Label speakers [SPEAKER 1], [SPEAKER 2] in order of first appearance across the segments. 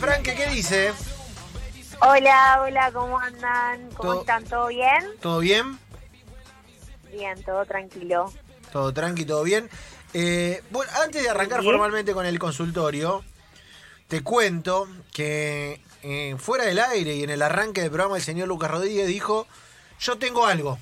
[SPEAKER 1] Blanca, ¿qué dice?
[SPEAKER 2] Hola, hola, ¿cómo andan? ¿Cómo
[SPEAKER 1] Todo-
[SPEAKER 2] están? ¿Todo bien?
[SPEAKER 1] ¿Todo bien?
[SPEAKER 2] Bien, todo tranquilo.
[SPEAKER 1] Todo tranqui, todo bien. Eh, bueno, antes de arrancar
[SPEAKER 2] Sí.
[SPEAKER 1] formalmente con el consultorio, te cuento que eh, fuera del aire y en el arranque del programa el señor Lucas Rodríguez dijo, yo tengo algo.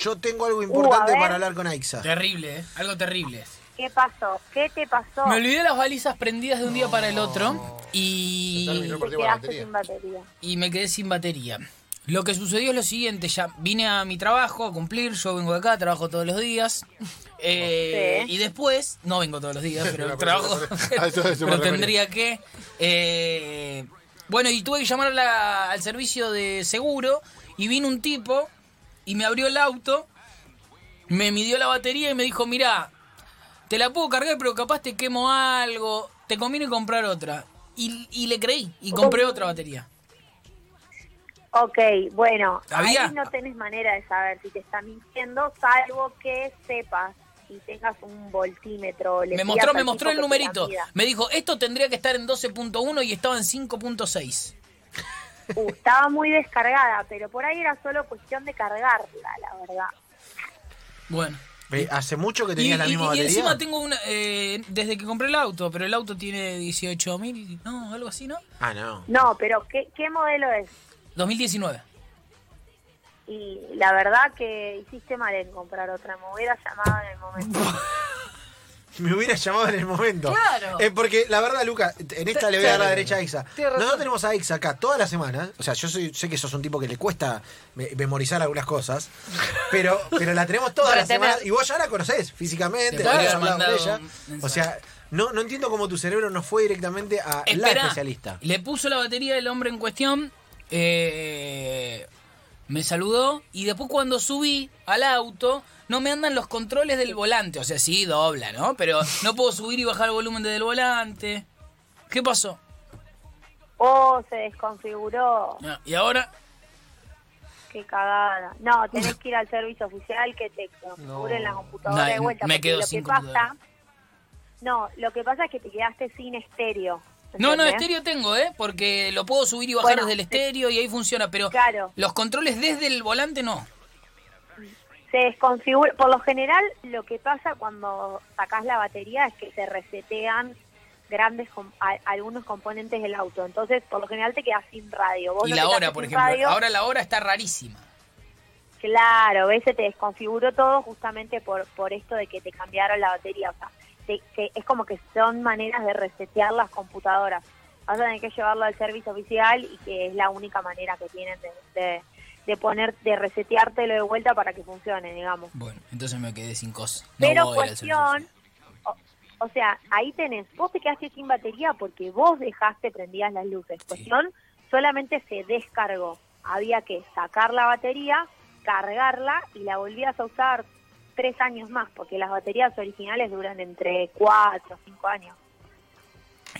[SPEAKER 1] Yo tengo
[SPEAKER 3] Uh,
[SPEAKER 1] algo importante
[SPEAKER 2] ver.
[SPEAKER 1] para hablar con Aixa.
[SPEAKER 3] Terrible, ¿eh? Algo terrible.
[SPEAKER 2] ¿Qué pasó? ¿Qué te pasó?
[SPEAKER 3] Me olvidé las balizas prendidas de un día para el otro y,
[SPEAKER 4] Terminó,
[SPEAKER 2] Te
[SPEAKER 4] perdió la
[SPEAKER 2] quedaste
[SPEAKER 4] batería.
[SPEAKER 2] sin batería.
[SPEAKER 3] y me quedé sin batería. Lo que sucedió es lo siguiente, ya vine a mi trabajo a cumplir, yo vengo de acá, trabajo todos los días. eh,
[SPEAKER 2] Sí.
[SPEAKER 3] Y después, no vengo todos los días, pero
[SPEAKER 4] Pero
[SPEAKER 3] trabajo,
[SPEAKER 4] a eso se me
[SPEAKER 3] pero
[SPEAKER 4] refería.
[SPEAKER 3] tendría que... eh, bueno, y tuve que llamar a la- al servicio de seguro y vino un tipo y me abrió el auto, me midió la batería y me dijo, mirá, te la puedo cargar, pero capaz te quemo algo, te conviene comprar otra. Y, y le creí, y compré otra batería.
[SPEAKER 2] Ok, bueno,
[SPEAKER 3] ¿Había?
[SPEAKER 2] ahí no tenés manera de saber si te está mintiendo, salvo que sepas y tengas un voltímetro. le
[SPEAKER 3] Me
[SPEAKER 2] pidas
[SPEAKER 3] mostró,
[SPEAKER 2] al
[SPEAKER 3] me
[SPEAKER 2] tipo
[SPEAKER 3] mostró el
[SPEAKER 2] que te la
[SPEAKER 3] numerito.
[SPEAKER 2] mida.
[SPEAKER 3] Me dijo, esto tendría que estar en 12.1 y estaba en 5.6.
[SPEAKER 2] Uh, estaba muy descargada, pero por ahí era solo cuestión de cargarla, la verdad.
[SPEAKER 3] Bueno.
[SPEAKER 1] Eh, ¿Hace mucho que
[SPEAKER 3] Y,
[SPEAKER 1] tenías la
[SPEAKER 3] y-
[SPEAKER 1] misma
[SPEAKER 3] y
[SPEAKER 1] batería?
[SPEAKER 3] encima tengo una... eh, desde que compré el auto, pero el auto tiene 18.000, no, algo así, ¿no?
[SPEAKER 1] Ah, no.
[SPEAKER 2] No, pero ¿qué, qué modelo es?
[SPEAKER 3] 2019.
[SPEAKER 2] Y la verdad que hiciste mal en comprar otra, me hubiera llamado en el momento.
[SPEAKER 1] Me hubiera llamado en el momento.
[SPEAKER 3] Claro.
[SPEAKER 1] Eh, porque la verdad, Luca, en esta le voy a dar la derecha a Aixa.
[SPEAKER 3] Tienes razón.
[SPEAKER 1] Nosotros tenemos a Aixa acá toda la semana. O sea, yo soy- sé que sos un tipo que le cuesta me- memorizar algunas cosas. Pero, pero la tenemos toda la semana. Y vos ya la conocés físicamente.
[SPEAKER 3] Te podría
[SPEAKER 1] habías
[SPEAKER 3] haber
[SPEAKER 1] hablado con
[SPEAKER 3] mandado
[SPEAKER 1] ella.
[SPEAKER 3] un mensaje.
[SPEAKER 1] O sea, no, no entiendo cómo tu cerebro no fue directamente a la
[SPEAKER 3] Esperá.
[SPEAKER 1] especialista.
[SPEAKER 3] Le puso la batería del hombre en cuestión. eh, me saludó. Y después, cuando subí al auto, no me andan los controles del volante. O sea, sí, dobla, ¿no? Pero no puedo subir y bajar el volumen desde el volante. ¿Qué pasó?
[SPEAKER 2] Oh, se desconfiguró.
[SPEAKER 3] Ah, Y ahora.
[SPEAKER 2] Qué cagada. No, tenés que ir al servicio oficial que te configuren la computadora
[SPEAKER 3] No,
[SPEAKER 2] de vuelta.
[SPEAKER 3] me
[SPEAKER 2] porque
[SPEAKER 3] quedo
[SPEAKER 2] lo
[SPEAKER 3] sin
[SPEAKER 2] que pasa,
[SPEAKER 3] computadora.
[SPEAKER 2] No, lo que pasa es que te quedaste sin estéreo.
[SPEAKER 3] No, no,
[SPEAKER 2] ¿entendés?
[SPEAKER 3] estéreo tengo, ¿eh? Porque lo puedo subir y bajar
[SPEAKER 2] Bueno,
[SPEAKER 3] desde el
[SPEAKER 2] sí.
[SPEAKER 3] estéreo y ahí funciona. Pero
[SPEAKER 2] Claro.
[SPEAKER 3] los controles desde el volante no.
[SPEAKER 2] Se desconfigura. Por lo general, lo que pasa cuando sacás la batería es que se resetean grandes com- a- algunos componentes del auto. Entonces, por lo general te quedas sin radio. Vos
[SPEAKER 3] Y
[SPEAKER 2] no
[SPEAKER 3] la
[SPEAKER 2] te
[SPEAKER 3] hora,
[SPEAKER 2] quedás
[SPEAKER 3] por
[SPEAKER 2] sin
[SPEAKER 3] ejemplo.
[SPEAKER 2] radio.
[SPEAKER 3] Ahora la hora está rarísima.
[SPEAKER 2] Claro, ves, se te desconfiguró todo justamente por, por esto de que te cambiaron la batería. O sea, te- te- es como que son maneras de resetear las computadoras. Vas a tener que llevarlo al servicio oficial y que es la única manera que tienen de, de, de poner, de reseteártelo de vuelta para que funcione, digamos.
[SPEAKER 3] Bueno, entonces me quedé sin cosas. No
[SPEAKER 2] Pero
[SPEAKER 3] voy al servicio.
[SPEAKER 2] cuestión, o, o sea, ahí tenés, vos te quedaste sin batería porque vos dejaste prendidas las luces. Cuestión, solamente se descargó. Había que sacar la batería, cargarla y la volvías a usar tres años más, porque las baterías originales duran entre cuatro, cinco años.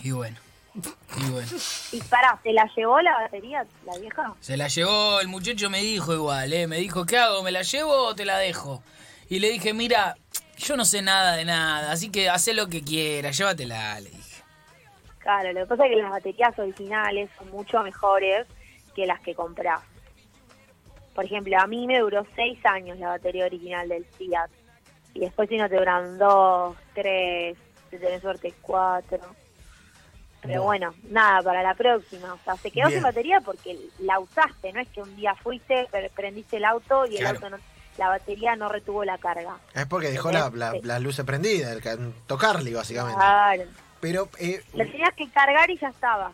[SPEAKER 3] Y bueno. Y bueno.
[SPEAKER 2] Y pará, ¿se la llevó la batería, la vieja?
[SPEAKER 3] Se la llevó, el muchacho me dijo igual, ¿eh? Me dijo, ¿qué hago? ¿Me la llevo o te la dejo? Y le dije, mira, yo no sé nada de nada, así que haz lo que quieras, llévatela, le dije.
[SPEAKER 2] Claro, lo que pasa es que las baterías originales son mucho mejores que las que comprás. Por ejemplo, a mí me duró seis años la batería original del Fiat. Y después si no te duran dos, tres, si tenés suerte cuatro. Pero bueno, nada, para la próxima. O sea, se quedó
[SPEAKER 1] Bien.
[SPEAKER 2] sin batería porque la usaste. No es que un día fuiste, pre- prendiste el auto y
[SPEAKER 3] Claro.
[SPEAKER 2] el auto no- la batería no retuvo la carga.
[SPEAKER 1] Es porque dejó la-
[SPEAKER 3] Eh.
[SPEAKER 1] la- las luces prendidas, el ca- tocarle básicamente.
[SPEAKER 3] Ah.
[SPEAKER 2] Claro.
[SPEAKER 1] Pero eh,
[SPEAKER 2] La tenías que cargar y ya estaba.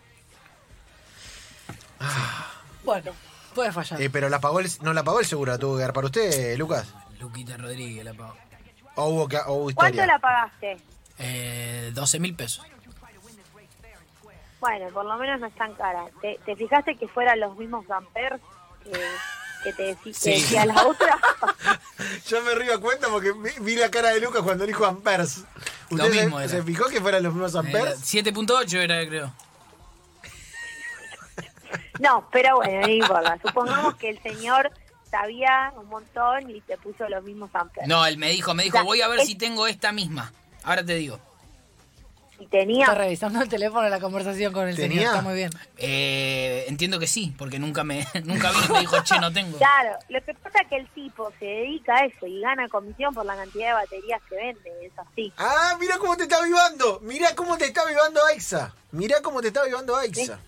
[SPEAKER 3] Bueno, puede fallar.
[SPEAKER 1] eh, pero la pagó el- no la pagó el seguro, la tuvo que dar para usted, Lucas.
[SPEAKER 3] Luquita Rodríguez la pagó.
[SPEAKER 1] O hubo, ca- o hubo
[SPEAKER 2] ¿Cuánto
[SPEAKER 1] historia.
[SPEAKER 2] la pagaste?
[SPEAKER 3] Eh, 12 mil pesos.
[SPEAKER 2] Bueno, por lo menos no es tan cara. ¿Te, te fijaste que fueran los mismos Gamper que, que te decí- que
[SPEAKER 3] Sí.
[SPEAKER 2] decía la otra?
[SPEAKER 1] Yo me río a cuenta porque vi, vi la cara de Lucas cuando dijo Ampers.
[SPEAKER 3] Lo
[SPEAKER 1] ¿Usted se-
[SPEAKER 3] mismo
[SPEAKER 1] se,
[SPEAKER 3] era.
[SPEAKER 1] fijó que fueran los mismos
[SPEAKER 3] Eh,
[SPEAKER 1] Ampers?
[SPEAKER 3] 7.8 era, creo.
[SPEAKER 2] no, pero bueno, no importa. Supongamos que el señor sabía un montón y te puso los mismos Gamper.
[SPEAKER 3] No, él me dijo, me dijo,
[SPEAKER 2] La-
[SPEAKER 3] voy a ver
[SPEAKER 2] es-
[SPEAKER 3] si tengo esta misma. Ahora te digo.
[SPEAKER 2] y tenía
[SPEAKER 4] Está revisando el teléfono de la conversación con el
[SPEAKER 1] ¿Tenía?
[SPEAKER 4] señor. Está muy bien.
[SPEAKER 3] Eh, entiendo que sí, porque nunca me nunca vino y me dijo, che, no tengo.
[SPEAKER 2] Claro, lo que pasa es que el tipo se dedica a eso y gana comisión por la cantidad de baterías que vende, es así.
[SPEAKER 1] Ah, mira cómo te está avivando. Mira cómo te está avivando Aixa. Mira cómo te está avivando Aixa.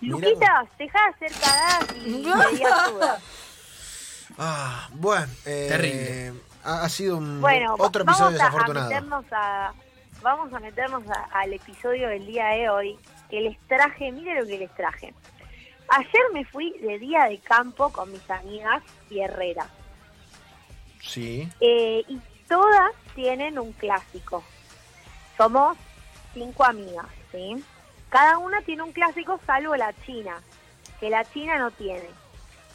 [SPEAKER 1] Mirá
[SPEAKER 2] Luquita, deja de hacer cagadas y pedí ayuda.
[SPEAKER 1] Ah, bueno. eh,
[SPEAKER 3] Terrible.
[SPEAKER 1] Ha, ha sido un
[SPEAKER 2] Bueno, va-
[SPEAKER 1] Mm, otro episodio
[SPEAKER 2] vamos a-
[SPEAKER 1] desafortunado.
[SPEAKER 2] A, meternos a- vamos a meternos a- al episodio del día de hoy, que les traje, mire lo que les traje. Ayer me fui de día de campo con mis amigas y Herrera.
[SPEAKER 1] Sí.
[SPEAKER 2] Eh, y todas tienen un clásico. Somos cinco amigas, ¿sí? Cada una tiene un clásico salvo la china, que la china no tiene.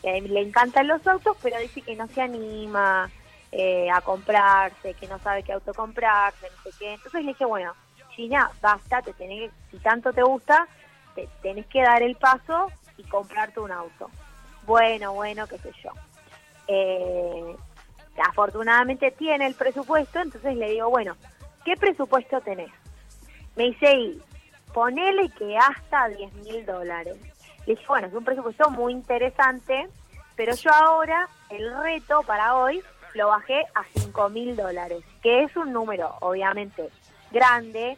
[SPEAKER 2] Que le encantan los autos, pero dice que no se anima eh, a comprarse, que no sabe qué auto comprarse, no sé qué. Entonces le dije, bueno, China, basta, te tenés, que- si tanto te gusta, te tenés que dar el paso y comprarte un auto. Bueno, bueno, qué sé yo. Eh, afortunadamente tiene el presupuesto, entonces le digo, bueno, ¿qué presupuesto tenés? Me dice, y ponele que hasta 10 mil dólares. Le dije, bueno, es un presupuesto muy interesante, pero yo ahora el reto para hoy lo bajé a 5 mil dólares, que es un número obviamente grande,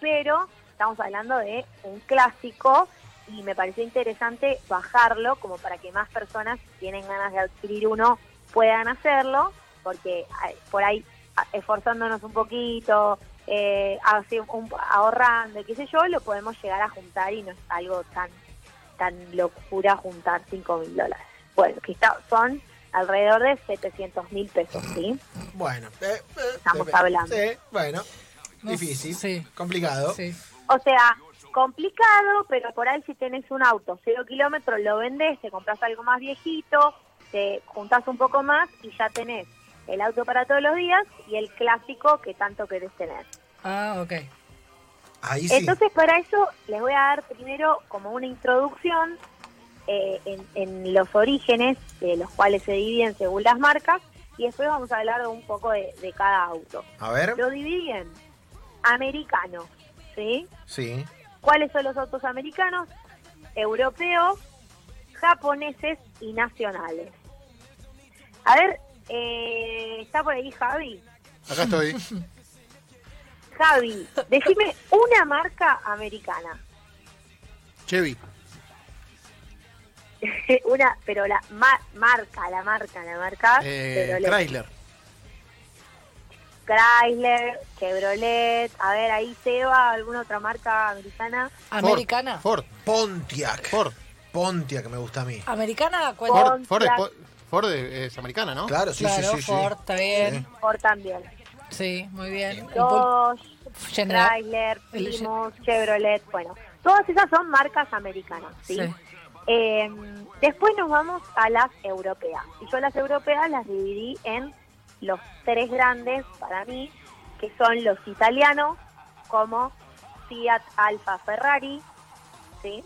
[SPEAKER 2] pero estamos hablando de un clásico y me pareció interesante bajarlo como para que más personas que tienen ganas de adquirir uno puedan hacerlo, porque ay, por ahí a- esforzándonos un poquito, eh, así un- ahorrando y qué sé yo, lo podemos llegar a juntar y no es algo tan, tan locura juntar 5 mil dólares. Bueno, que está- son alrededor de 700 mil pesos, ¿sí?
[SPEAKER 1] Bueno. eh, eh,
[SPEAKER 2] Estamos
[SPEAKER 1] eh,
[SPEAKER 2] hablando.
[SPEAKER 1] Sí, bueno.
[SPEAKER 4] No,
[SPEAKER 1] Difícil.
[SPEAKER 4] sí.
[SPEAKER 1] Complicado.
[SPEAKER 4] Sí.
[SPEAKER 2] O sea, complicado, pero por ahí si tenés un auto cero kilómetros, lo vendés, te compras algo más viejito, te juntás un poco más y ya tenés el auto para todos los días y el clásico que tanto querés tener.
[SPEAKER 4] Ah, ok.
[SPEAKER 1] Ahí sí.
[SPEAKER 2] Entonces, para eso les voy a dar primero como una introducción eh, en, en los orígenes, de los cuales se dividen según las marcas, y después vamos a hablar de un poco de, de cada auto.
[SPEAKER 1] A ver.
[SPEAKER 2] Lo dividen americano, ¿sí?
[SPEAKER 1] Sí.
[SPEAKER 2] ¿Cuáles son los autos americanos? Europeos, japoneses y nacionales. A ver, eh, ¿está por ahí Javi?
[SPEAKER 5] Acá estoy.
[SPEAKER 2] Javi, decime una marca americana.
[SPEAKER 5] Chevy.
[SPEAKER 2] una, pero la ma- marca, la marca, la marca.
[SPEAKER 5] Eh,
[SPEAKER 2] Chevrolet.
[SPEAKER 5] Chrysler.
[SPEAKER 2] Chrysler, Chevrolet. A ver, ahí Seba, alguna otra marca americana.
[SPEAKER 5] Ford,
[SPEAKER 4] ¿Americana?
[SPEAKER 5] Ford.
[SPEAKER 1] Pontiac.
[SPEAKER 5] Ford.
[SPEAKER 1] Pontiac me gusta a mí.
[SPEAKER 4] ¿Americana? ¿Cuál?
[SPEAKER 2] Ford.
[SPEAKER 5] Ford. Ford es,
[SPEAKER 2] Pontiac.
[SPEAKER 5] Ford es americana, ¿no?
[SPEAKER 1] Claro, sí,
[SPEAKER 4] Ah, claro,
[SPEAKER 1] sí, sí. sí.
[SPEAKER 4] Ford, está bien.
[SPEAKER 2] Ford también.
[SPEAKER 4] Sí, muy bien. Un pul-
[SPEAKER 2] Dodge,
[SPEAKER 4] General.
[SPEAKER 2] Chrysler,
[SPEAKER 4] El-
[SPEAKER 2] Primus, Chevrolet, bueno, todas esas son marcas americanas, ¿sí?
[SPEAKER 4] Sí.
[SPEAKER 2] Eh, después nos vamos a las europeas. Y yo las europeas las dividí en los tres grandes para mí, que son los italianos, como Fiat Alfa Ferrari, ¿sí?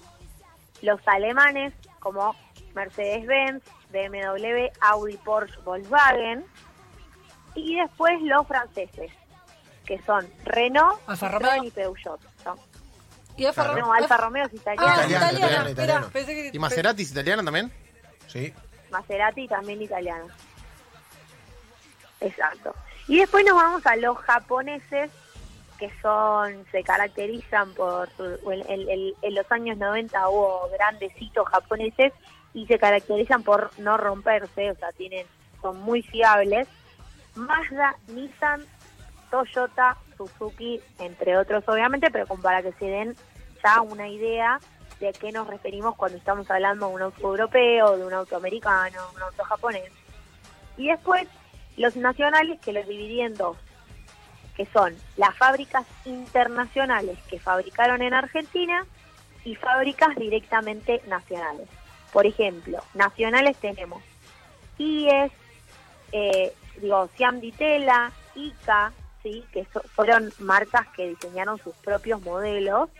[SPEAKER 2] los alemanes, como Mercedes-Benz, BMW, Audi, Porsche, Volkswagen, y después los franceses, que son Renault,
[SPEAKER 4] Alfa Romeo.
[SPEAKER 2] Citroën y Peugeot. ¿no?
[SPEAKER 4] ¿Y Alfa
[SPEAKER 1] Claro.
[SPEAKER 4] Romeo?
[SPEAKER 2] No, Alfa Romeo es italiano.
[SPEAKER 4] Ah,
[SPEAKER 1] Italiano,
[SPEAKER 4] italiana.
[SPEAKER 1] italiano, italiano.
[SPEAKER 4] Espera, pensé que...
[SPEAKER 5] ¿Y Maserati es italiana también?
[SPEAKER 1] Sí.
[SPEAKER 2] Maserati también italiano. Exacto. Y después nos vamos a los japoneses, que son, se caracterizan por, su- o en- en- en- en los años 90 hubo grandecitos japoneses y se caracterizan por no romperse, o sea, tienen, son muy fiables. Mazda, Nissan, Toyota, Suzuki, entre otros obviamente, pero como para que se den ya una idea de a qué nos referimos cuando estamos hablando de un auto europeo, de un auto americano, un auto japonés. Y después los nacionales que los dividí en dos, que son las fábricas internacionales que fabricaron en Argentina y fábricas directamente nacionales. Por ejemplo, nacionales tenemos IES, eh, digo, Siam Ditela, ICA, ¿sí? que so- fueron marcas que diseñaron sus propios modelos,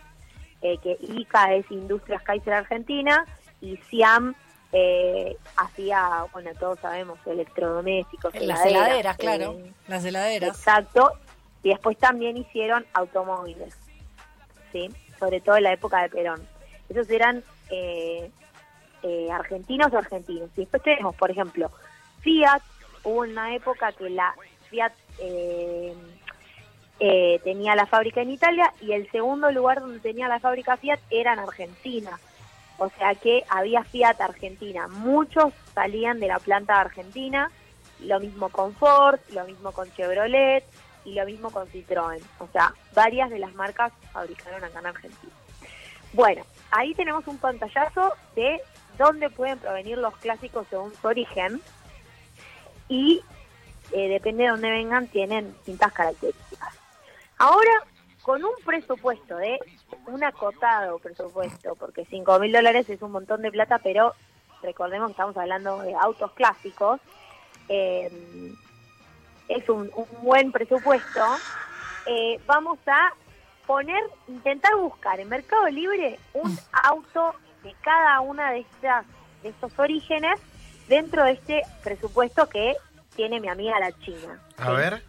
[SPEAKER 2] eh, que ICA es Industrias Kaiser Argentina y Siam eh, hacía, bueno, todos sabemos, electrodomésticos,
[SPEAKER 4] Las heladeras, claro.
[SPEAKER 2] eh,
[SPEAKER 4] Las heladeras.
[SPEAKER 2] Exacto. Y después también hicieron automóviles. ¿sí? sobre todo en la época de Perón. Esos eran eh, eh, argentinos o argentinos. Y después tenemos, por ejemplo, Fiat, hubo una época que la Fiat eh, eh, tenía la fábrica en Italia y el segundo lugar donde tenía la fábrica Fiat era en Argentina. O sea que había Fiat Argentina. Muchos salían de la planta de Argentina, lo mismo con Ford, lo mismo con Chevrolet y lo mismo con Citroën. O sea, varias de las marcas fabricaron acá en Argentina. Bueno, ahí tenemos un pantallazo de dónde pueden provenir los clásicos según su origen y eh, depende de dónde vengan, tienen distintas características. Ahora, con un presupuesto de un acotado presupuesto, porque 5 mil dólares es un montón de plata, pero recordemos que estamos hablando de autos clásicos, eh, es un, un buen presupuesto, eh, vamos a poner, intentar buscar en Mercado Libre un auto de cada una de estas, de estos orígenes dentro de este presupuesto que tiene mi amiga la China.
[SPEAKER 1] A ver.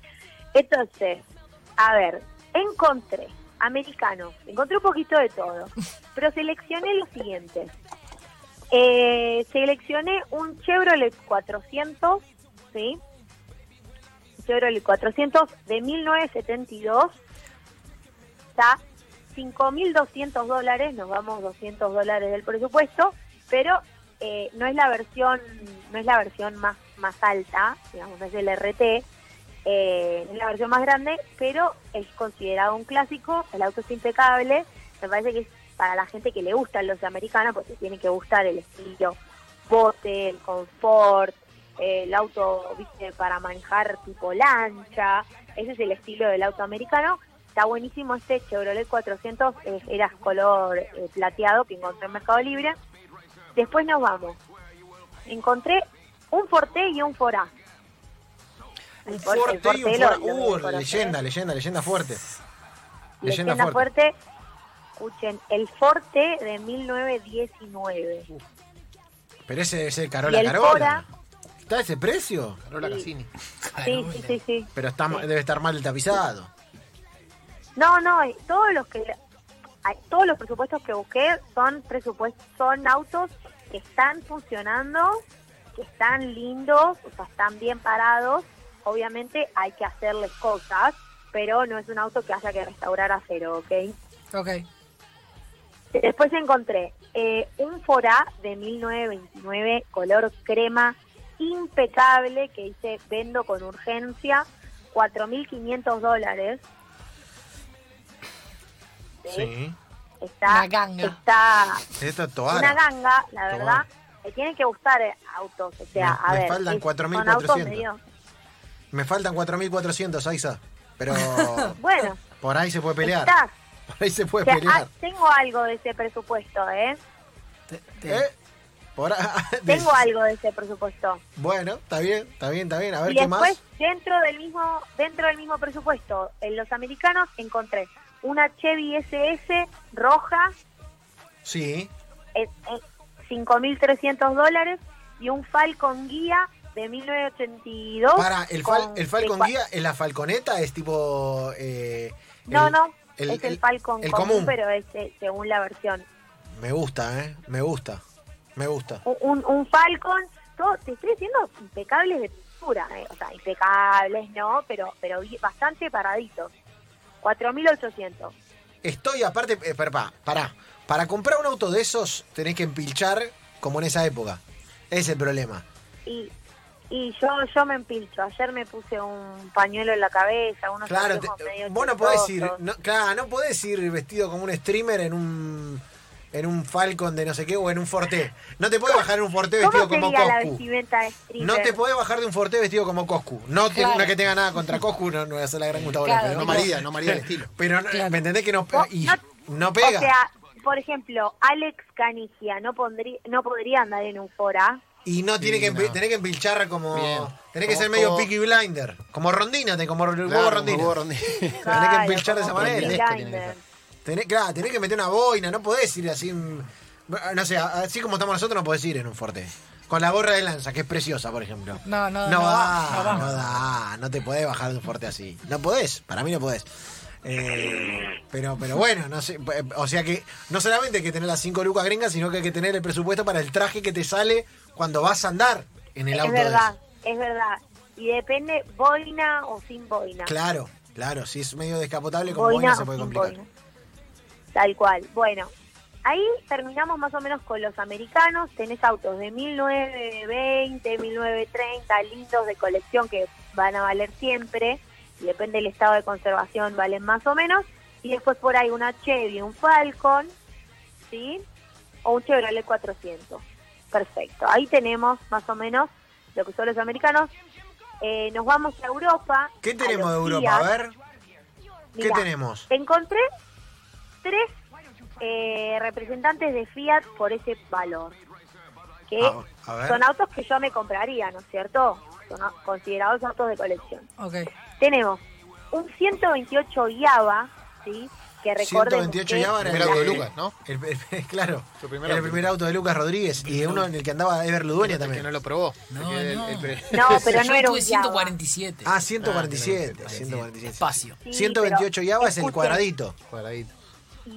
[SPEAKER 2] Entonces, a ver, encontré americano, encontré un poquito de todo, pero seleccioné lo siguiente. Eh, seleccioné un Chevrolet 400, ¿sí? Un Chevrolet 400 de 1972, está 5.200 dólares, nos vamos 200 dólares del presupuesto, pero eh, no es la versión no es la versión más más alta digamos no es el RT eh, no es la versión más grande pero es considerado un clásico el auto es impecable me parece que es para la gente que le gustan los americanos porque tiene que gustar el estilo bote el confort eh, el auto viste para manejar tipo lancha ese es el estilo del auto americano Está buenísimo este Chevrolet 400, eh, era color eh, plateado que encontré en Mercado Libre. Después nos vamos. Encontré un Forte y un Forá. El
[SPEAKER 1] Un
[SPEAKER 2] for- el
[SPEAKER 1] fuerte y un
[SPEAKER 2] Forte lo-
[SPEAKER 1] fuera.
[SPEAKER 2] lo
[SPEAKER 1] Uh,
[SPEAKER 2] conocés.
[SPEAKER 1] leyenda, leyenda, leyenda fuerte.
[SPEAKER 2] Leyenda,
[SPEAKER 1] Leyenda
[SPEAKER 2] fuerte. Escuchen, el Forte de 1919.
[SPEAKER 1] Pero ese es el
[SPEAKER 2] Y
[SPEAKER 1] Carola
[SPEAKER 2] el
[SPEAKER 1] Carola.
[SPEAKER 2] Cora.
[SPEAKER 1] ¿Está ese precio?
[SPEAKER 5] Carola
[SPEAKER 2] Sí.
[SPEAKER 5] Cassini.
[SPEAKER 3] Ah,
[SPEAKER 2] Sí, sí, sí, sí.
[SPEAKER 1] Pero está, ma- debe estar mal el tapizado.
[SPEAKER 2] No, no, eh, todos los que hay- todos los presupuestos que busqué son presupuestos son autos que están funcionando, que están lindos, o sea, están bien parados. Obviamente hay que hacerles cosas, pero no es un auto que haya que restaurar a cero, ¿ok?
[SPEAKER 4] Ok.
[SPEAKER 2] Después encontré eh, un Forá de 1929, color crema, impecable, que dice vendo con urgencia, 4.500 dólares.
[SPEAKER 1] Sí.
[SPEAKER 2] Está,
[SPEAKER 4] Una ganga.
[SPEAKER 2] Está
[SPEAKER 1] Esta
[SPEAKER 2] una
[SPEAKER 1] toada.
[SPEAKER 2] ganga, la
[SPEAKER 1] Tomar.
[SPEAKER 2] verdad. Le tienen que gustar eh, autos, o sea,
[SPEAKER 1] Me-
[SPEAKER 2] a
[SPEAKER 1] me
[SPEAKER 2] ver.
[SPEAKER 1] faltan
[SPEAKER 2] es-
[SPEAKER 1] 4.400.
[SPEAKER 2] son autos medio-
[SPEAKER 1] Me faltan 4.400, Aiza. Pero
[SPEAKER 2] Bueno,
[SPEAKER 1] por ahí se puede pelear.
[SPEAKER 2] estás.
[SPEAKER 1] Por ahí se
[SPEAKER 2] O
[SPEAKER 1] puede
[SPEAKER 2] sea,
[SPEAKER 1] pelear.
[SPEAKER 2] ah, tengo algo de ese presupuesto, ¿eh?
[SPEAKER 3] Te- te-
[SPEAKER 1] ¿Eh? Por ahí-
[SPEAKER 2] Tengo algo de ese presupuesto.
[SPEAKER 1] Bueno, está bien, está bien, está bien. A ver
[SPEAKER 2] y
[SPEAKER 1] qué
[SPEAKER 2] después
[SPEAKER 1] más.
[SPEAKER 2] dentro del mismo dentro del mismo presupuesto en los americanos encontré una Chevy SS roja
[SPEAKER 1] Sí.
[SPEAKER 2] en, en 5.300 dólares y un Falcon Guía de 1982
[SPEAKER 1] Para, el, fal,
[SPEAKER 2] con-
[SPEAKER 1] el Falcon
[SPEAKER 2] de cua-
[SPEAKER 1] Guía, eh, la Falconeta es tipo. eh, el-
[SPEAKER 2] no no
[SPEAKER 1] el-
[SPEAKER 2] es el,
[SPEAKER 1] el-
[SPEAKER 2] Falcon
[SPEAKER 1] el
[SPEAKER 2] común,
[SPEAKER 1] común.
[SPEAKER 2] pero es eh, según la versión
[SPEAKER 1] Me gusta, ¿eh? Me gusta. Me gusta.
[SPEAKER 2] un, un Falcon todo te estoy diciendo impecables de pintura eh, o sea impecables no pero pero bi- bastante paraditos 4.800
[SPEAKER 1] Estoy aparte. eh, pero pa, pará. Para comprar un auto de esos tenés que empilchar como en esa época. Ese es el problema.
[SPEAKER 2] y, y yo yo me empilcho. Ayer me puse un pañuelo en la cabeza, unos
[SPEAKER 1] Claro,
[SPEAKER 2] anteojos
[SPEAKER 1] te-
[SPEAKER 2] medio
[SPEAKER 1] vos no podés ir,
[SPEAKER 2] chistosos.
[SPEAKER 1] no, claro, no podés ir vestido como un streamer en un en un Falcon de no sé qué o en un Forte. No te podés bajar en un Forte vestido
[SPEAKER 2] ¿Cómo
[SPEAKER 1] como
[SPEAKER 2] sería la
[SPEAKER 1] Coscu.
[SPEAKER 2] vestimenta de stripper?
[SPEAKER 1] No te podés bajar de un Forte vestido como Coscu. No, te-
[SPEAKER 4] Claro.
[SPEAKER 1] no que tenga nada contra Coscu, no, no voy a hacer la gran Gustavo
[SPEAKER 4] Claro,
[SPEAKER 1] López,
[SPEAKER 5] No
[SPEAKER 1] ¿no?
[SPEAKER 5] María, no María el estilo.
[SPEAKER 1] Pero no-
[SPEAKER 4] Claro.
[SPEAKER 1] me entendés que no,
[SPEAKER 2] Vos
[SPEAKER 1] y
[SPEAKER 2] no-
[SPEAKER 1] no
[SPEAKER 2] O
[SPEAKER 1] pega.
[SPEAKER 2] sea, por ejemplo, Alex Canigia no, pondrí- no podría andar en un fora.
[SPEAKER 1] y no tiene
[SPEAKER 5] Sí,
[SPEAKER 1] que empi-
[SPEAKER 5] no.
[SPEAKER 1] tenés que empilchar como
[SPEAKER 5] Bien.
[SPEAKER 1] tenés que
[SPEAKER 5] Como-
[SPEAKER 1] ser medio
[SPEAKER 5] como-
[SPEAKER 1] Peaky Blinder, como Rondina, te- como el
[SPEAKER 5] Claro,
[SPEAKER 1] huevo
[SPEAKER 5] como
[SPEAKER 1] Rondina.
[SPEAKER 5] huevo rondina.
[SPEAKER 1] Tenés que empilchar de esa
[SPEAKER 2] como
[SPEAKER 1] manera.
[SPEAKER 2] Peaky
[SPEAKER 5] Fresco tiene que
[SPEAKER 2] Blinders.
[SPEAKER 5] ser.
[SPEAKER 1] Tenés, claro, tenés que meter una boina, no podés ir así. mm, No sé, así como estamos nosotros, no podés ir en un forte. Con la gorra de lanza, que es preciosa, por ejemplo.
[SPEAKER 4] No, no,
[SPEAKER 1] No,
[SPEAKER 4] no
[SPEAKER 1] da,
[SPEAKER 4] va, no va.
[SPEAKER 1] no da, no te podés bajar de un forte así. No podés, para mí no podés. Eh, pero, pero bueno, no sé, eh, o sea que no solamente hay que tener las 5 lucas gringas, sino que hay que tener el presupuesto para el traje que te sale cuando vas a andar en el
[SPEAKER 2] Es
[SPEAKER 1] auto. de
[SPEAKER 2] verdad,
[SPEAKER 1] eso.
[SPEAKER 2] es verdad. Y depende boina o sin boina.
[SPEAKER 1] Claro, claro, si es medio descapotable como
[SPEAKER 2] boina
[SPEAKER 1] boina
[SPEAKER 2] o
[SPEAKER 1] se puede
[SPEAKER 2] sin
[SPEAKER 1] complicar.
[SPEAKER 2] boina. Tal cual. Bueno, ahí terminamos más o menos con los americanos. Tenés autos de 1920, 1930, lindos de colección que van a valer siempre. Y depende del estado de conservación, valen más o menos. Y después por ahí una Chevy, un Falcon, ¿sí? O un Chevrolet 400. Perfecto. Ahí tenemos más o menos lo que son los americanos. Eh, nos vamos a Europa.
[SPEAKER 1] ¿Qué
[SPEAKER 2] a
[SPEAKER 1] tenemos
[SPEAKER 2] los
[SPEAKER 1] de Europa?
[SPEAKER 2] Fiat.
[SPEAKER 1] A ver, ¿qué
[SPEAKER 2] Mirá,
[SPEAKER 1] tenemos?
[SPEAKER 2] Encontré tres eh, representantes de Fiat por ese valor. Que
[SPEAKER 1] Ah, a ver.
[SPEAKER 2] eh, son autos que yo me compraría, ¿no es cierto? Son au- considerados autos de colección.
[SPEAKER 4] Ok.
[SPEAKER 2] Tenemos un 128 Java, ¿sí? Que recordemos
[SPEAKER 1] 128
[SPEAKER 2] que-
[SPEAKER 1] ya van
[SPEAKER 5] El auto de Lucas, ¿no?
[SPEAKER 1] El, el- claro,
[SPEAKER 5] Su primer
[SPEAKER 1] era el
[SPEAKER 5] auto.
[SPEAKER 1] primer auto de Lucas Rodríguez y uno en el que andaba Ever Ludueña
[SPEAKER 5] Que
[SPEAKER 1] también.
[SPEAKER 5] no lo probó.
[SPEAKER 3] No,
[SPEAKER 5] Que el-
[SPEAKER 3] no.
[SPEAKER 5] el pre-
[SPEAKER 2] No, pero
[SPEAKER 3] Yo
[SPEAKER 2] no era un
[SPEAKER 3] tuve
[SPEAKER 2] Java.
[SPEAKER 3] 147.
[SPEAKER 1] Ah, 147.
[SPEAKER 3] Parece,
[SPEAKER 1] 147.
[SPEAKER 3] Espacio.
[SPEAKER 2] Sí,
[SPEAKER 1] 128
[SPEAKER 2] pero
[SPEAKER 1] Java es el
[SPEAKER 2] escuchen,
[SPEAKER 1] cuadradito.
[SPEAKER 5] Cuadradito.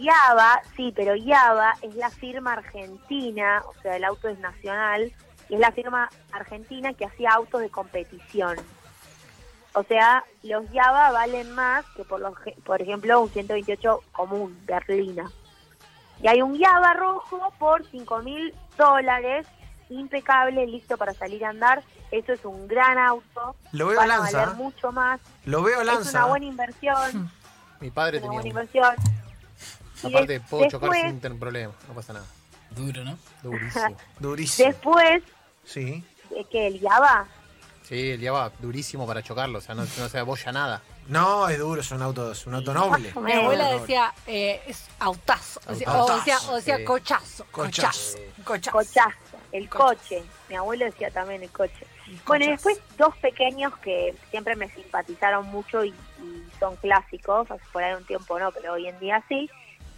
[SPEAKER 2] Java, sí, pero Java es la firma argentina, o sea, el auto es nacional, y es la firma argentina que hacía autos de competición. O sea, los Java valen más que, por, los, ge- por ejemplo, un 128 común, berlina. Y hay un Java rojo por 5 mil dólares, impecable, listo para salir a andar. Eso es un gran auto.
[SPEAKER 1] Lo veo
[SPEAKER 2] van
[SPEAKER 1] a Lanza,
[SPEAKER 2] a valer
[SPEAKER 1] ¿eh?
[SPEAKER 2] mucho más.
[SPEAKER 1] Lo veo
[SPEAKER 2] Es
[SPEAKER 1] lanza.
[SPEAKER 2] una buena inversión
[SPEAKER 5] Mi padre
[SPEAKER 2] una
[SPEAKER 5] tenía
[SPEAKER 2] buena
[SPEAKER 5] uno.
[SPEAKER 2] inversión. Y
[SPEAKER 5] Aparte,
[SPEAKER 2] des-
[SPEAKER 5] puedo chocar
[SPEAKER 2] después,
[SPEAKER 5] sin tener problema. No pasa nada.
[SPEAKER 3] Duro, ¿no?
[SPEAKER 5] Durísimo.
[SPEAKER 1] Durísimo.
[SPEAKER 2] después
[SPEAKER 1] Sí.
[SPEAKER 2] eh, que el Java,
[SPEAKER 5] Sí, el día va durísimo para chocarlo. O sea, no, no se abolla nada.
[SPEAKER 1] No, es duro, es un auto, es un auto noble.
[SPEAKER 2] más o
[SPEAKER 4] Mi
[SPEAKER 2] menos,
[SPEAKER 4] abuela decía, eh, es autazo. O sea,
[SPEAKER 1] Autazo,
[SPEAKER 4] o decía, o decía
[SPEAKER 5] sí.
[SPEAKER 4] cochazo.
[SPEAKER 1] Cochazo.
[SPEAKER 4] Cochazo. Cochazo.
[SPEAKER 2] cochazo, el coche. Mi abuelo decía también el coche. Bueno, y después dos pequeños que siempre me simpatizaron mucho y, y son clásicos, hace por ahí un tiempo no, pero hoy en día sí.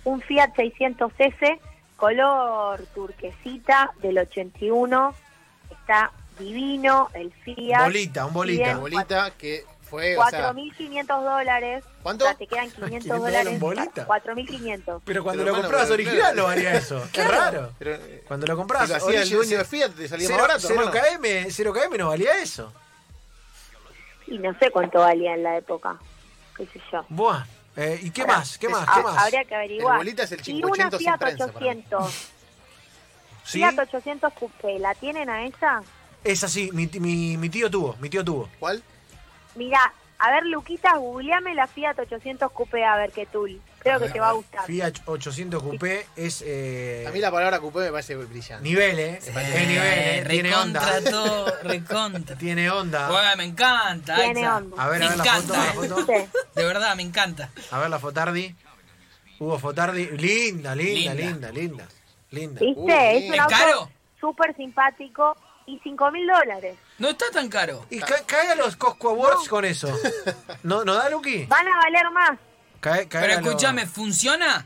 [SPEAKER 2] Un Fiat 600S color turquesita del 81, está divino el Fiat.
[SPEAKER 1] Bolita, un bolita.
[SPEAKER 5] La bolita que fue. O sea,
[SPEAKER 2] 4.500 dólares.
[SPEAKER 5] ¿Cuánto?
[SPEAKER 2] O sea, te quedan 500
[SPEAKER 1] Ah, en
[SPEAKER 2] dólares.
[SPEAKER 1] bolita?
[SPEAKER 2] 4.500.
[SPEAKER 1] Pero cuando lo
[SPEAKER 5] Pero bueno,
[SPEAKER 1] comprabas
[SPEAKER 5] pero
[SPEAKER 1] original
[SPEAKER 5] claro.
[SPEAKER 1] no valía eso. Qué raro.
[SPEAKER 5] pero, eh,
[SPEAKER 1] Cuando lo
[SPEAKER 5] si
[SPEAKER 1] comprabas
[SPEAKER 5] lo hacía el
[SPEAKER 1] original,
[SPEAKER 5] dueño de Fiat, te salía más
[SPEAKER 1] cero-
[SPEAKER 5] barato.
[SPEAKER 1] cero
[SPEAKER 5] hermano.
[SPEAKER 1] KM, 0 KM no valía eso.
[SPEAKER 2] Y no sé cuánto valía en la época. ¿Qué sé yo?
[SPEAKER 1] Buah. Eh, ¿Y qué más? ¿Qué
[SPEAKER 5] es-
[SPEAKER 1] más?
[SPEAKER 2] Ah,
[SPEAKER 1] ¿Qué más?
[SPEAKER 2] Habría que averiguar.
[SPEAKER 5] El bolita es el
[SPEAKER 2] y una
[SPEAKER 5] 500 sin
[SPEAKER 2] Fiat
[SPEAKER 5] prensa, para mí.
[SPEAKER 2] 800.
[SPEAKER 1] Sí,
[SPEAKER 2] Fiat 800 Coupé. ¿La tienen a esa?
[SPEAKER 1] es así. Mi, mi- mi tío tuvo, mi tío tuvo.
[SPEAKER 5] ¿Cuál?
[SPEAKER 2] Mirá, a ver, Luquita, googleame la Fiat 800 Coupé a ver qué tool. Creo que te va a gustar.
[SPEAKER 1] Fiat 800 Coupé es eh,
[SPEAKER 5] A mí la palabra coupé me parece brillante.
[SPEAKER 1] nivel, ¿eh? Es nivel, ¿eh? Tiene onda.
[SPEAKER 3] recontra todo, recontra.
[SPEAKER 1] Tiene onda.
[SPEAKER 3] Guau, me encanta.
[SPEAKER 2] Tiene
[SPEAKER 3] Aiza.
[SPEAKER 2] onda.
[SPEAKER 1] A ver,
[SPEAKER 3] me
[SPEAKER 1] a ver la foto,
[SPEAKER 3] encanta.
[SPEAKER 1] la foto.
[SPEAKER 2] ¿Viste?
[SPEAKER 3] De verdad, me encanta.
[SPEAKER 1] A ver la Fotardi. Hugo Fotardi. Linda, linda, linda, linda. Linda.
[SPEAKER 2] ¿Viste?
[SPEAKER 5] Uy,
[SPEAKER 2] es un
[SPEAKER 5] ¿es
[SPEAKER 2] auto
[SPEAKER 3] caro?
[SPEAKER 2] súper simpático y 5 mil dólares.
[SPEAKER 3] No está tan caro.
[SPEAKER 1] Y ca- cae a los Cosco Awards con eso. ¿No, ¿no da, Luqui?
[SPEAKER 2] Van a valer más.
[SPEAKER 1] Cae, cae
[SPEAKER 3] Pero
[SPEAKER 1] a los-
[SPEAKER 3] escúchame, ¿funciona?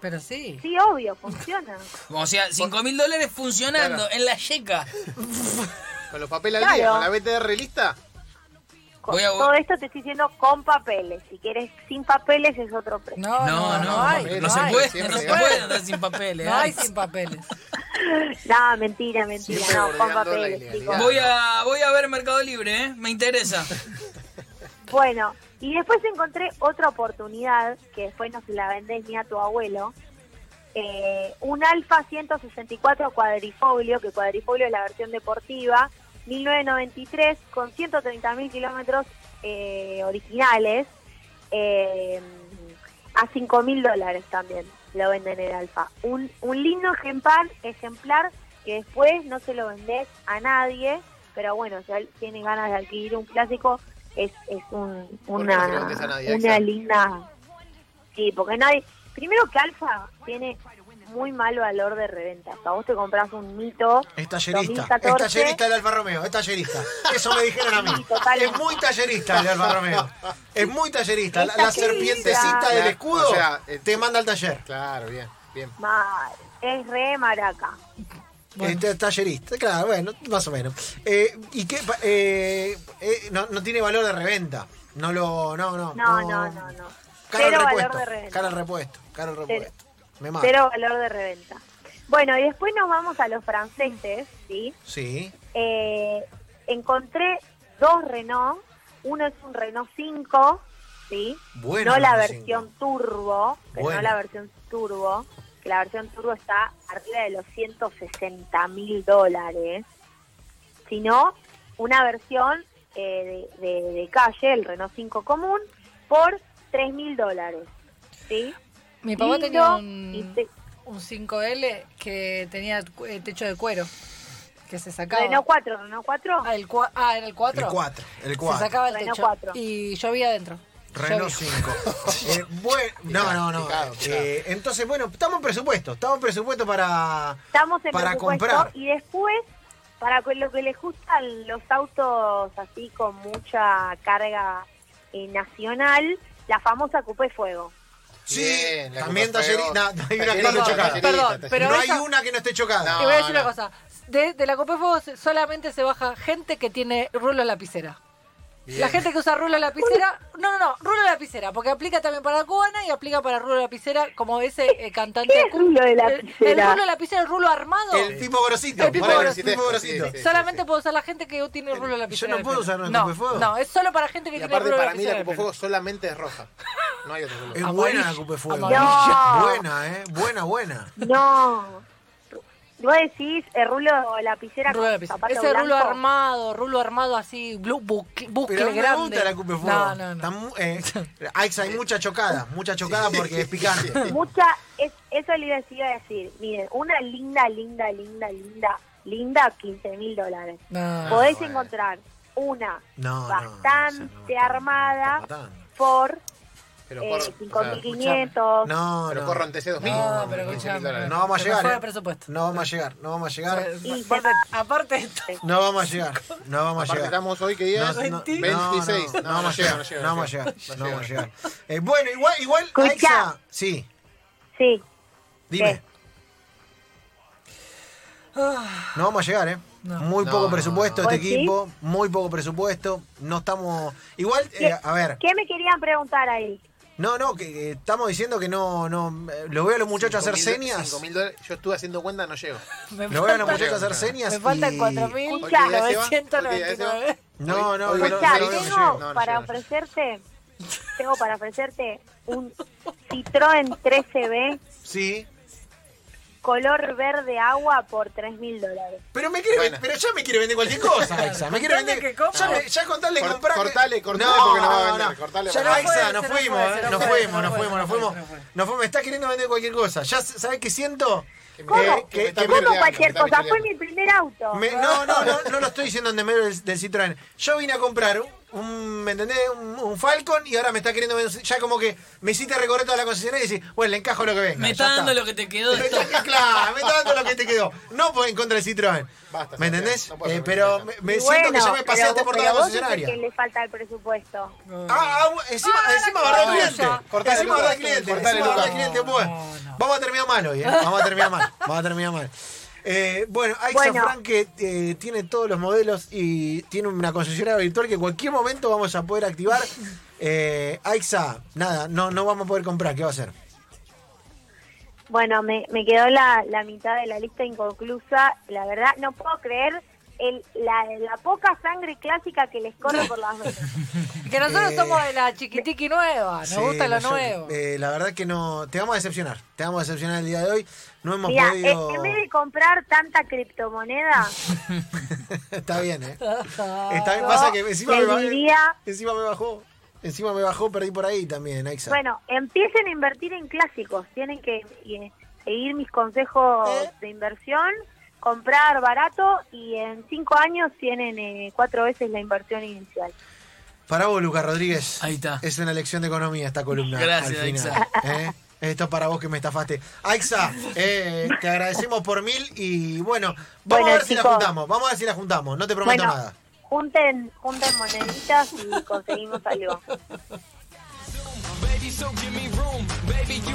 [SPEAKER 4] Pero sí.
[SPEAKER 2] Sí, obvio, funciona.
[SPEAKER 3] O sea, 5 mil dólares funcionando
[SPEAKER 5] Claro.
[SPEAKER 3] en la yeca.
[SPEAKER 5] Con los papeles al
[SPEAKER 2] Claro.
[SPEAKER 5] día, con la BTR lista.
[SPEAKER 2] Con-
[SPEAKER 3] Voy a-
[SPEAKER 2] Todo esto te estoy diciendo con papeles. Si quieres sin papeles es otro precio.
[SPEAKER 4] No, no, no, hay.
[SPEAKER 5] no,
[SPEAKER 3] no,
[SPEAKER 5] no
[SPEAKER 3] se
[SPEAKER 5] hay,
[SPEAKER 3] puede,
[SPEAKER 5] siempre
[SPEAKER 3] no se
[SPEAKER 5] legal.
[SPEAKER 3] puede andar sin papeles. ¿eh?
[SPEAKER 4] No hay
[SPEAKER 3] Aiza.
[SPEAKER 4] sin papeles.
[SPEAKER 2] No, mentira, mentira.
[SPEAKER 5] Siempre
[SPEAKER 2] no, con
[SPEAKER 5] bordeando la
[SPEAKER 2] papeles,
[SPEAKER 5] ilegalidad.
[SPEAKER 2] chicos.
[SPEAKER 3] Voy a, voy a ver Mercado Libre, ¿eh? Me interesa.
[SPEAKER 2] Bueno, y después encontré otra oportunidad que después no se la vendés ni a tu abuelo. Eh, un Alfa 164 cuadrifoglio, que cuadrifoglio es la versión deportiva, 1993, con 130.000 kilómetros eh, originales, eh, a 5.000 dólares también lo venden el Alfa. Un, un lindo ejemplar, ejemplar que después no se lo vendés a nadie, pero bueno, si al- tiene ganas de adquirir un clásico, es, es un-
[SPEAKER 5] ¿Por qué no se lo
[SPEAKER 2] una,
[SPEAKER 5] vendés a nadie,
[SPEAKER 2] una
[SPEAKER 5] Axel?
[SPEAKER 2] linda... Sí, porque nadie... Primero que Alfa tiene muy mal valor de reventa. O sea, vos te compras un mito.
[SPEAKER 1] Es tallerista.
[SPEAKER 2] 2014.
[SPEAKER 1] Es tallerista el Alfa Romeo. Es tallerista. Eso me dijeron a
[SPEAKER 2] Sí,
[SPEAKER 1] mí.
[SPEAKER 2] total.
[SPEAKER 1] Es muy tallerista el Alfa Romeo. Es muy tallerista. La,
[SPEAKER 2] Es
[SPEAKER 1] la
[SPEAKER 2] tallerista.
[SPEAKER 1] serpientecita del escudo
[SPEAKER 5] O sea, eh,
[SPEAKER 1] te manda al taller.
[SPEAKER 5] Claro, bien, bien.
[SPEAKER 2] Mal. Es re maraca.
[SPEAKER 1] Este es tallerista, claro, bueno, más o menos. Eh, ¿Y qué? pa- eh, eh, no, no tiene valor de reventa. No lo. No, no.
[SPEAKER 2] No, no, no, no.
[SPEAKER 1] Cara
[SPEAKER 2] Cero
[SPEAKER 1] al
[SPEAKER 2] valor
[SPEAKER 1] repuesto.
[SPEAKER 2] de reventa.
[SPEAKER 1] Cara al repuesto. Cara al repuesto. Me mata.
[SPEAKER 2] Cero valor de reventa. Bueno, y después nos vamos a los franceses, ¿sí?
[SPEAKER 1] Sí.
[SPEAKER 2] Eh, encontré dos Renault. Uno es un Renault 5, ¿sí?
[SPEAKER 1] Bueno,
[SPEAKER 2] no la
[SPEAKER 1] Renault
[SPEAKER 2] versión
[SPEAKER 1] 5.
[SPEAKER 2] turbo, pero
[SPEAKER 1] Bueno.
[SPEAKER 2] no la versión turbo, que la versión turbo está arriba de los 160 mil dólares, sino una versión eh, de, de- de calle, el Renault 5 común, por 3 mil dólares, ¿sí?
[SPEAKER 4] Mi papá
[SPEAKER 2] Lindo
[SPEAKER 4] tenía
[SPEAKER 2] y
[SPEAKER 4] un,
[SPEAKER 2] te-
[SPEAKER 4] un 5L que tenía cu- eh, techo de cuero, que se sacaba.
[SPEAKER 2] Renault 4, Renault 4.
[SPEAKER 4] Ah, el cua- ah, era el 4.
[SPEAKER 1] El 4. El
[SPEAKER 4] Se
[SPEAKER 1] 4.
[SPEAKER 4] sacaba el
[SPEAKER 2] Renault
[SPEAKER 4] techo.
[SPEAKER 2] cuatro.
[SPEAKER 4] Y llovía adentro.
[SPEAKER 1] Renault
[SPEAKER 4] Llovía.
[SPEAKER 1] 5. Eh, buen- no, no, no.
[SPEAKER 5] Picado, picado.
[SPEAKER 1] Eh, entonces, bueno, estamos en presupuesto. Estamos en presupuesto para.
[SPEAKER 2] Estamos en
[SPEAKER 1] para
[SPEAKER 2] presupuesto
[SPEAKER 1] comprar.
[SPEAKER 2] y después para que- lo que les gustan los autos así con mucha carga eh, nacional, la famosa Coupé Fuego.
[SPEAKER 1] Sí,
[SPEAKER 5] Bien, la
[SPEAKER 1] también
[SPEAKER 5] Copa Feo.
[SPEAKER 1] tallerita. No, hay una que no
[SPEAKER 5] Tallerita,
[SPEAKER 1] esté chocada.
[SPEAKER 5] tallerita,
[SPEAKER 4] Perdón,
[SPEAKER 5] tallerita.
[SPEAKER 4] pero-
[SPEAKER 1] no hay
[SPEAKER 4] esa-
[SPEAKER 1] una que no esté chocada.
[SPEAKER 5] No,
[SPEAKER 4] Te voy a decir
[SPEAKER 5] no.
[SPEAKER 4] una cosa. De, de la Copa Fuego se- solamente se baja gente que tiene rulo en lapicera. La gente que usa rulo en lapicera. No, no, no, rulo en lapicera. Porque aplica también para la cubana y aplica para rulo en lapicera, como ese eh, cantante.
[SPEAKER 2] ¿Qué es rulo de
[SPEAKER 4] El, el
[SPEAKER 2] lapicera?
[SPEAKER 4] rulo en lapicera, el rulo armado.
[SPEAKER 1] El tipo grosito.
[SPEAKER 4] El tipo
[SPEAKER 1] Pará,
[SPEAKER 5] grosito.
[SPEAKER 1] tipo grosito.
[SPEAKER 5] Sí, sí.
[SPEAKER 4] Eh, solamente puede usar la gente que tiene rulo en
[SPEAKER 1] Eh, Yo
[SPEAKER 4] lapicera.
[SPEAKER 1] no
[SPEAKER 4] en el
[SPEAKER 1] puedo
[SPEAKER 4] pelo.
[SPEAKER 1] usar una
[SPEAKER 4] no,
[SPEAKER 1] Copa Fuego.
[SPEAKER 4] No, es solo para gente que
[SPEAKER 5] Y
[SPEAKER 4] tiene
[SPEAKER 5] aparte,
[SPEAKER 4] rulo en
[SPEAKER 5] para mí
[SPEAKER 4] lapicera.
[SPEAKER 5] la
[SPEAKER 4] en el
[SPEAKER 5] Copa
[SPEAKER 4] pelo.
[SPEAKER 5] Fuego solamente es roja. No hay otro color.
[SPEAKER 1] Es
[SPEAKER 4] Amarilla.
[SPEAKER 1] buena la Coupé Fuego.
[SPEAKER 2] Amarilla.
[SPEAKER 1] Buena, eh. Buena, buena.
[SPEAKER 2] No. Vos decís el rulo lapicera
[SPEAKER 4] Rulo
[SPEAKER 2] con
[SPEAKER 4] en lapicera.
[SPEAKER 2] zapato
[SPEAKER 4] Ese rulo
[SPEAKER 2] blanco?
[SPEAKER 4] armado, rulo armado así, blu- bucle, bucle
[SPEAKER 1] Pero a mí me
[SPEAKER 4] Uh, grande.
[SPEAKER 1] gusta la Coupé Fuego.
[SPEAKER 4] No, no, no.
[SPEAKER 1] Está mu- eh, hay, hay mucha chocada. Mucha chocada porque es picante.
[SPEAKER 2] Mucha, es, eso le iba a decir- iba a decir. Miren, una linda, linda, linda, linda, linda, 15 mil dólares.
[SPEAKER 4] No.
[SPEAKER 2] Podés
[SPEAKER 1] Ah, bueno.
[SPEAKER 2] encontrar una
[SPEAKER 1] No, no,
[SPEAKER 2] bastante
[SPEAKER 1] o sea, no, está-
[SPEAKER 2] armada
[SPEAKER 1] está matando.
[SPEAKER 2] por
[SPEAKER 5] Pero
[SPEAKER 2] eh,
[SPEAKER 5] corro, o sea,
[SPEAKER 2] 5.500.
[SPEAKER 1] No,
[SPEAKER 5] pero
[SPEAKER 1] no.
[SPEAKER 5] corro en TC2000.
[SPEAKER 4] No, pero
[SPEAKER 5] 15.000
[SPEAKER 4] escuchame.
[SPEAKER 5] dólares.
[SPEAKER 1] No vamos a
[SPEAKER 4] Se me
[SPEAKER 1] llegar.
[SPEAKER 4] fue
[SPEAKER 1] eh.
[SPEAKER 4] el presupuesto.
[SPEAKER 1] No vamos a llegar, no vamos a llegar.
[SPEAKER 4] Eh, aparte, aparte de todo,
[SPEAKER 1] No vamos a llegar, no vamos a
[SPEAKER 5] Aparte,
[SPEAKER 1] llegar.
[SPEAKER 5] estamos hoy, ¿qué día?
[SPEAKER 1] No,
[SPEAKER 5] es?
[SPEAKER 1] no, no,
[SPEAKER 5] 26.
[SPEAKER 1] No, no, no vamos a llegar, no vamos a llegar, no vamos a llegar. Eh, bueno, igual, igual,
[SPEAKER 2] Escuchá.
[SPEAKER 1] Aixa, sí,
[SPEAKER 2] Sí,
[SPEAKER 1] dime.
[SPEAKER 2] ¿Qué?
[SPEAKER 1] No vamos a llegar, ¿eh?
[SPEAKER 4] No.
[SPEAKER 1] Muy
[SPEAKER 5] No,
[SPEAKER 1] poco
[SPEAKER 5] no,
[SPEAKER 1] presupuesto
[SPEAKER 2] no.
[SPEAKER 1] este
[SPEAKER 2] ¿Vos sí?
[SPEAKER 1] equipo, muy poco presupuesto. No estamos. Igual, eh, a ver,
[SPEAKER 2] ¿qué me querían preguntar ahí?
[SPEAKER 1] no, no, que, que estamos diciendo que no, no. eh, Lo veo a los muchachos hacer
[SPEAKER 5] 5.000
[SPEAKER 1] señas.
[SPEAKER 5] 5.000 dólares. Yo estuve haciendo cuenta, no llego.
[SPEAKER 4] me
[SPEAKER 1] Lo veo a los
[SPEAKER 4] falta-
[SPEAKER 1] muchachos hacer
[SPEAKER 5] Me
[SPEAKER 1] señas.
[SPEAKER 4] Me faltan
[SPEAKER 1] y-
[SPEAKER 4] 4.999.
[SPEAKER 1] No, no, no,
[SPEAKER 2] Escuchá,
[SPEAKER 1] no, no, no,
[SPEAKER 2] tengo
[SPEAKER 1] no,
[SPEAKER 5] no, no
[SPEAKER 2] para
[SPEAKER 5] llega, no
[SPEAKER 2] ofrecerte, tengo para ofrecerte un Citroën 13B
[SPEAKER 1] Sí.
[SPEAKER 2] color verde agua por 3 mil dólares.
[SPEAKER 1] Pero me quiere,
[SPEAKER 5] Bueno.
[SPEAKER 1] pero ya me quiere vender cualquier cosa, Aixa. Me quiere
[SPEAKER 4] Contale
[SPEAKER 1] vender.
[SPEAKER 4] que compre.
[SPEAKER 1] ya, me- ya contarle
[SPEAKER 5] Cor-
[SPEAKER 1] comprar.
[SPEAKER 5] cortale, cortale, porque no va a vender, cortale,
[SPEAKER 1] ya
[SPEAKER 5] porque no
[SPEAKER 1] Aixa,
[SPEAKER 4] puede,
[SPEAKER 1] nos
[SPEAKER 4] se no
[SPEAKER 1] fuimos,
[SPEAKER 4] puede,
[SPEAKER 1] eh,
[SPEAKER 4] se no
[SPEAKER 1] nos
[SPEAKER 4] puede,
[SPEAKER 1] fuimos,
[SPEAKER 4] se no
[SPEAKER 1] nos
[SPEAKER 4] puede,
[SPEAKER 1] fuimos, nos
[SPEAKER 4] se no
[SPEAKER 1] fuimos.
[SPEAKER 4] puede.
[SPEAKER 1] Nos fuimos, me está queriendo vender cualquier cosa. Ya sabes qué siento.
[SPEAKER 5] ¿Cómo?
[SPEAKER 1] Eh,
[SPEAKER 5] Que me
[SPEAKER 1] que-
[SPEAKER 5] está
[SPEAKER 1] que me-
[SPEAKER 2] ¿Cómo
[SPEAKER 5] peleando,
[SPEAKER 2] cualquier
[SPEAKER 5] está
[SPEAKER 2] cosa? Fue
[SPEAKER 5] peleando.
[SPEAKER 2] mi primer auto.
[SPEAKER 1] me- no, no, no, no lo estoy diciendo en medio del, del Citroën. Yo vine a comprar un- un, ¿me entendés? Un, un Falcon y ahora me está queriendo vender. Ya como que me hiciste recorrer toda la concesionaria y decís, bueno, le encajo lo que venga.
[SPEAKER 3] Me
[SPEAKER 1] ya
[SPEAKER 3] está dando lo que te quedó de
[SPEAKER 1] Me
[SPEAKER 3] todo.
[SPEAKER 1] está, claro, me está dando lo que te quedó. No por en contra del Citroën.
[SPEAKER 5] Basta,
[SPEAKER 1] ¿Me
[SPEAKER 5] Santiago,
[SPEAKER 1] entendés?
[SPEAKER 5] no puedo
[SPEAKER 1] Eh,
[SPEAKER 5] ser
[SPEAKER 1] pero me,
[SPEAKER 5] Citroën.
[SPEAKER 1] me
[SPEAKER 2] Y
[SPEAKER 1] siento que
[SPEAKER 2] bueno,
[SPEAKER 1] ya me pasaste
[SPEAKER 2] pero-
[SPEAKER 1] por toda
[SPEAKER 2] pero
[SPEAKER 1] la
[SPEAKER 2] vos dices
[SPEAKER 1] concesionaria.
[SPEAKER 2] que le falta el presupuesto.
[SPEAKER 1] Ah, ah, bu- encima, encima verdad
[SPEAKER 4] tuya.
[SPEAKER 1] cliente.
[SPEAKER 5] Cortale,
[SPEAKER 1] encima
[SPEAKER 5] Luca.
[SPEAKER 1] verdad cliente.
[SPEAKER 5] Cortale,
[SPEAKER 1] Encima
[SPEAKER 5] Luca.
[SPEAKER 1] verdad cliente, pues. Vamos a terminar mal hoy, ¿eh? Vamos a terminar mal. Vamos a terminar mal. Eh, bueno, Aixa
[SPEAKER 2] Bueno.
[SPEAKER 1] Frank que eh, tiene todos los modelos y tiene una concesionaria virtual que en cualquier momento vamos a poder activar. Eh, Aixa, nada, no, no vamos a poder comprar. ¿Qué va a hacer?
[SPEAKER 2] Bueno, me, me quedó la, la mitad de la lista inconclusa. La verdad, no puedo creer el, la, la poca sangre clásica que les corre por las venas.
[SPEAKER 4] Que nosotros
[SPEAKER 1] Eh,
[SPEAKER 4] somos de la chiquitiqui nueva, nos
[SPEAKER 1] Sí,
[SPEAKER 4] Ah, gusta lo
[SPEAKER 1] yo-
[SPEAKER 4] nuevo.
[SPEAKER 1] eh, la verdad que no. Te vamos a decepcionar. Te vamos a decepcionar el día de hoy. No hemos
[SPEAKER 2] Mira,
[SPEAKER 1] podido.
[SPEAKER 2] en vez de comprar tanta criptomoneda,
[SPEAKER 1] Está bien, ¿eh?
[SPEAKER 4] Ah.
[SPEAKER 1] Está bien, pasa que encima
[SPEAKER 2] le
[SPEAKER 1] me, bajó,
[SPEAKER 2] diría-
[SPEAKER 1] encima me bajó. Encima me bajó, perdí por ahí también, Aixa.
[SPEAKER 2] bueno, empiecen a invertir en clásicos. Tienen que eh, seguir mis consejos
[SPEAKER 1] ¿Eh?
[SPEAKER 2] de inversión, comprar barato y en cinco años tienen eh, cuatro veces la inversión inicial.
[SPEAKER 1] Para vos, Lucas Rodríguez.
[SPEAKER 3] Ahí está.
[SPEAKER 1] Es una lección de economía esta columna.
[SPEAKER 3] Gracias,
[SPEAKER 1] al final, ¿eh? Esto es para vos que me estafaste. Aixa, eh, te agradecemos por mil y bueno, vamos
[SPEAKER 2] Bueno,
[SPEAKER 1] a ver si la
[SPEAKER 2] chicos.
[SPEAKER 1] juntamos. Vamos a ver si la juntamos, no te prometo
[SPEAKER 2] bueno,
[SPEAKER 1] nada.
[SPEAKER 2] junten, junten moneditas y conseguimos algo.
[SPEAKER 6] Baby, so give me room. Baby,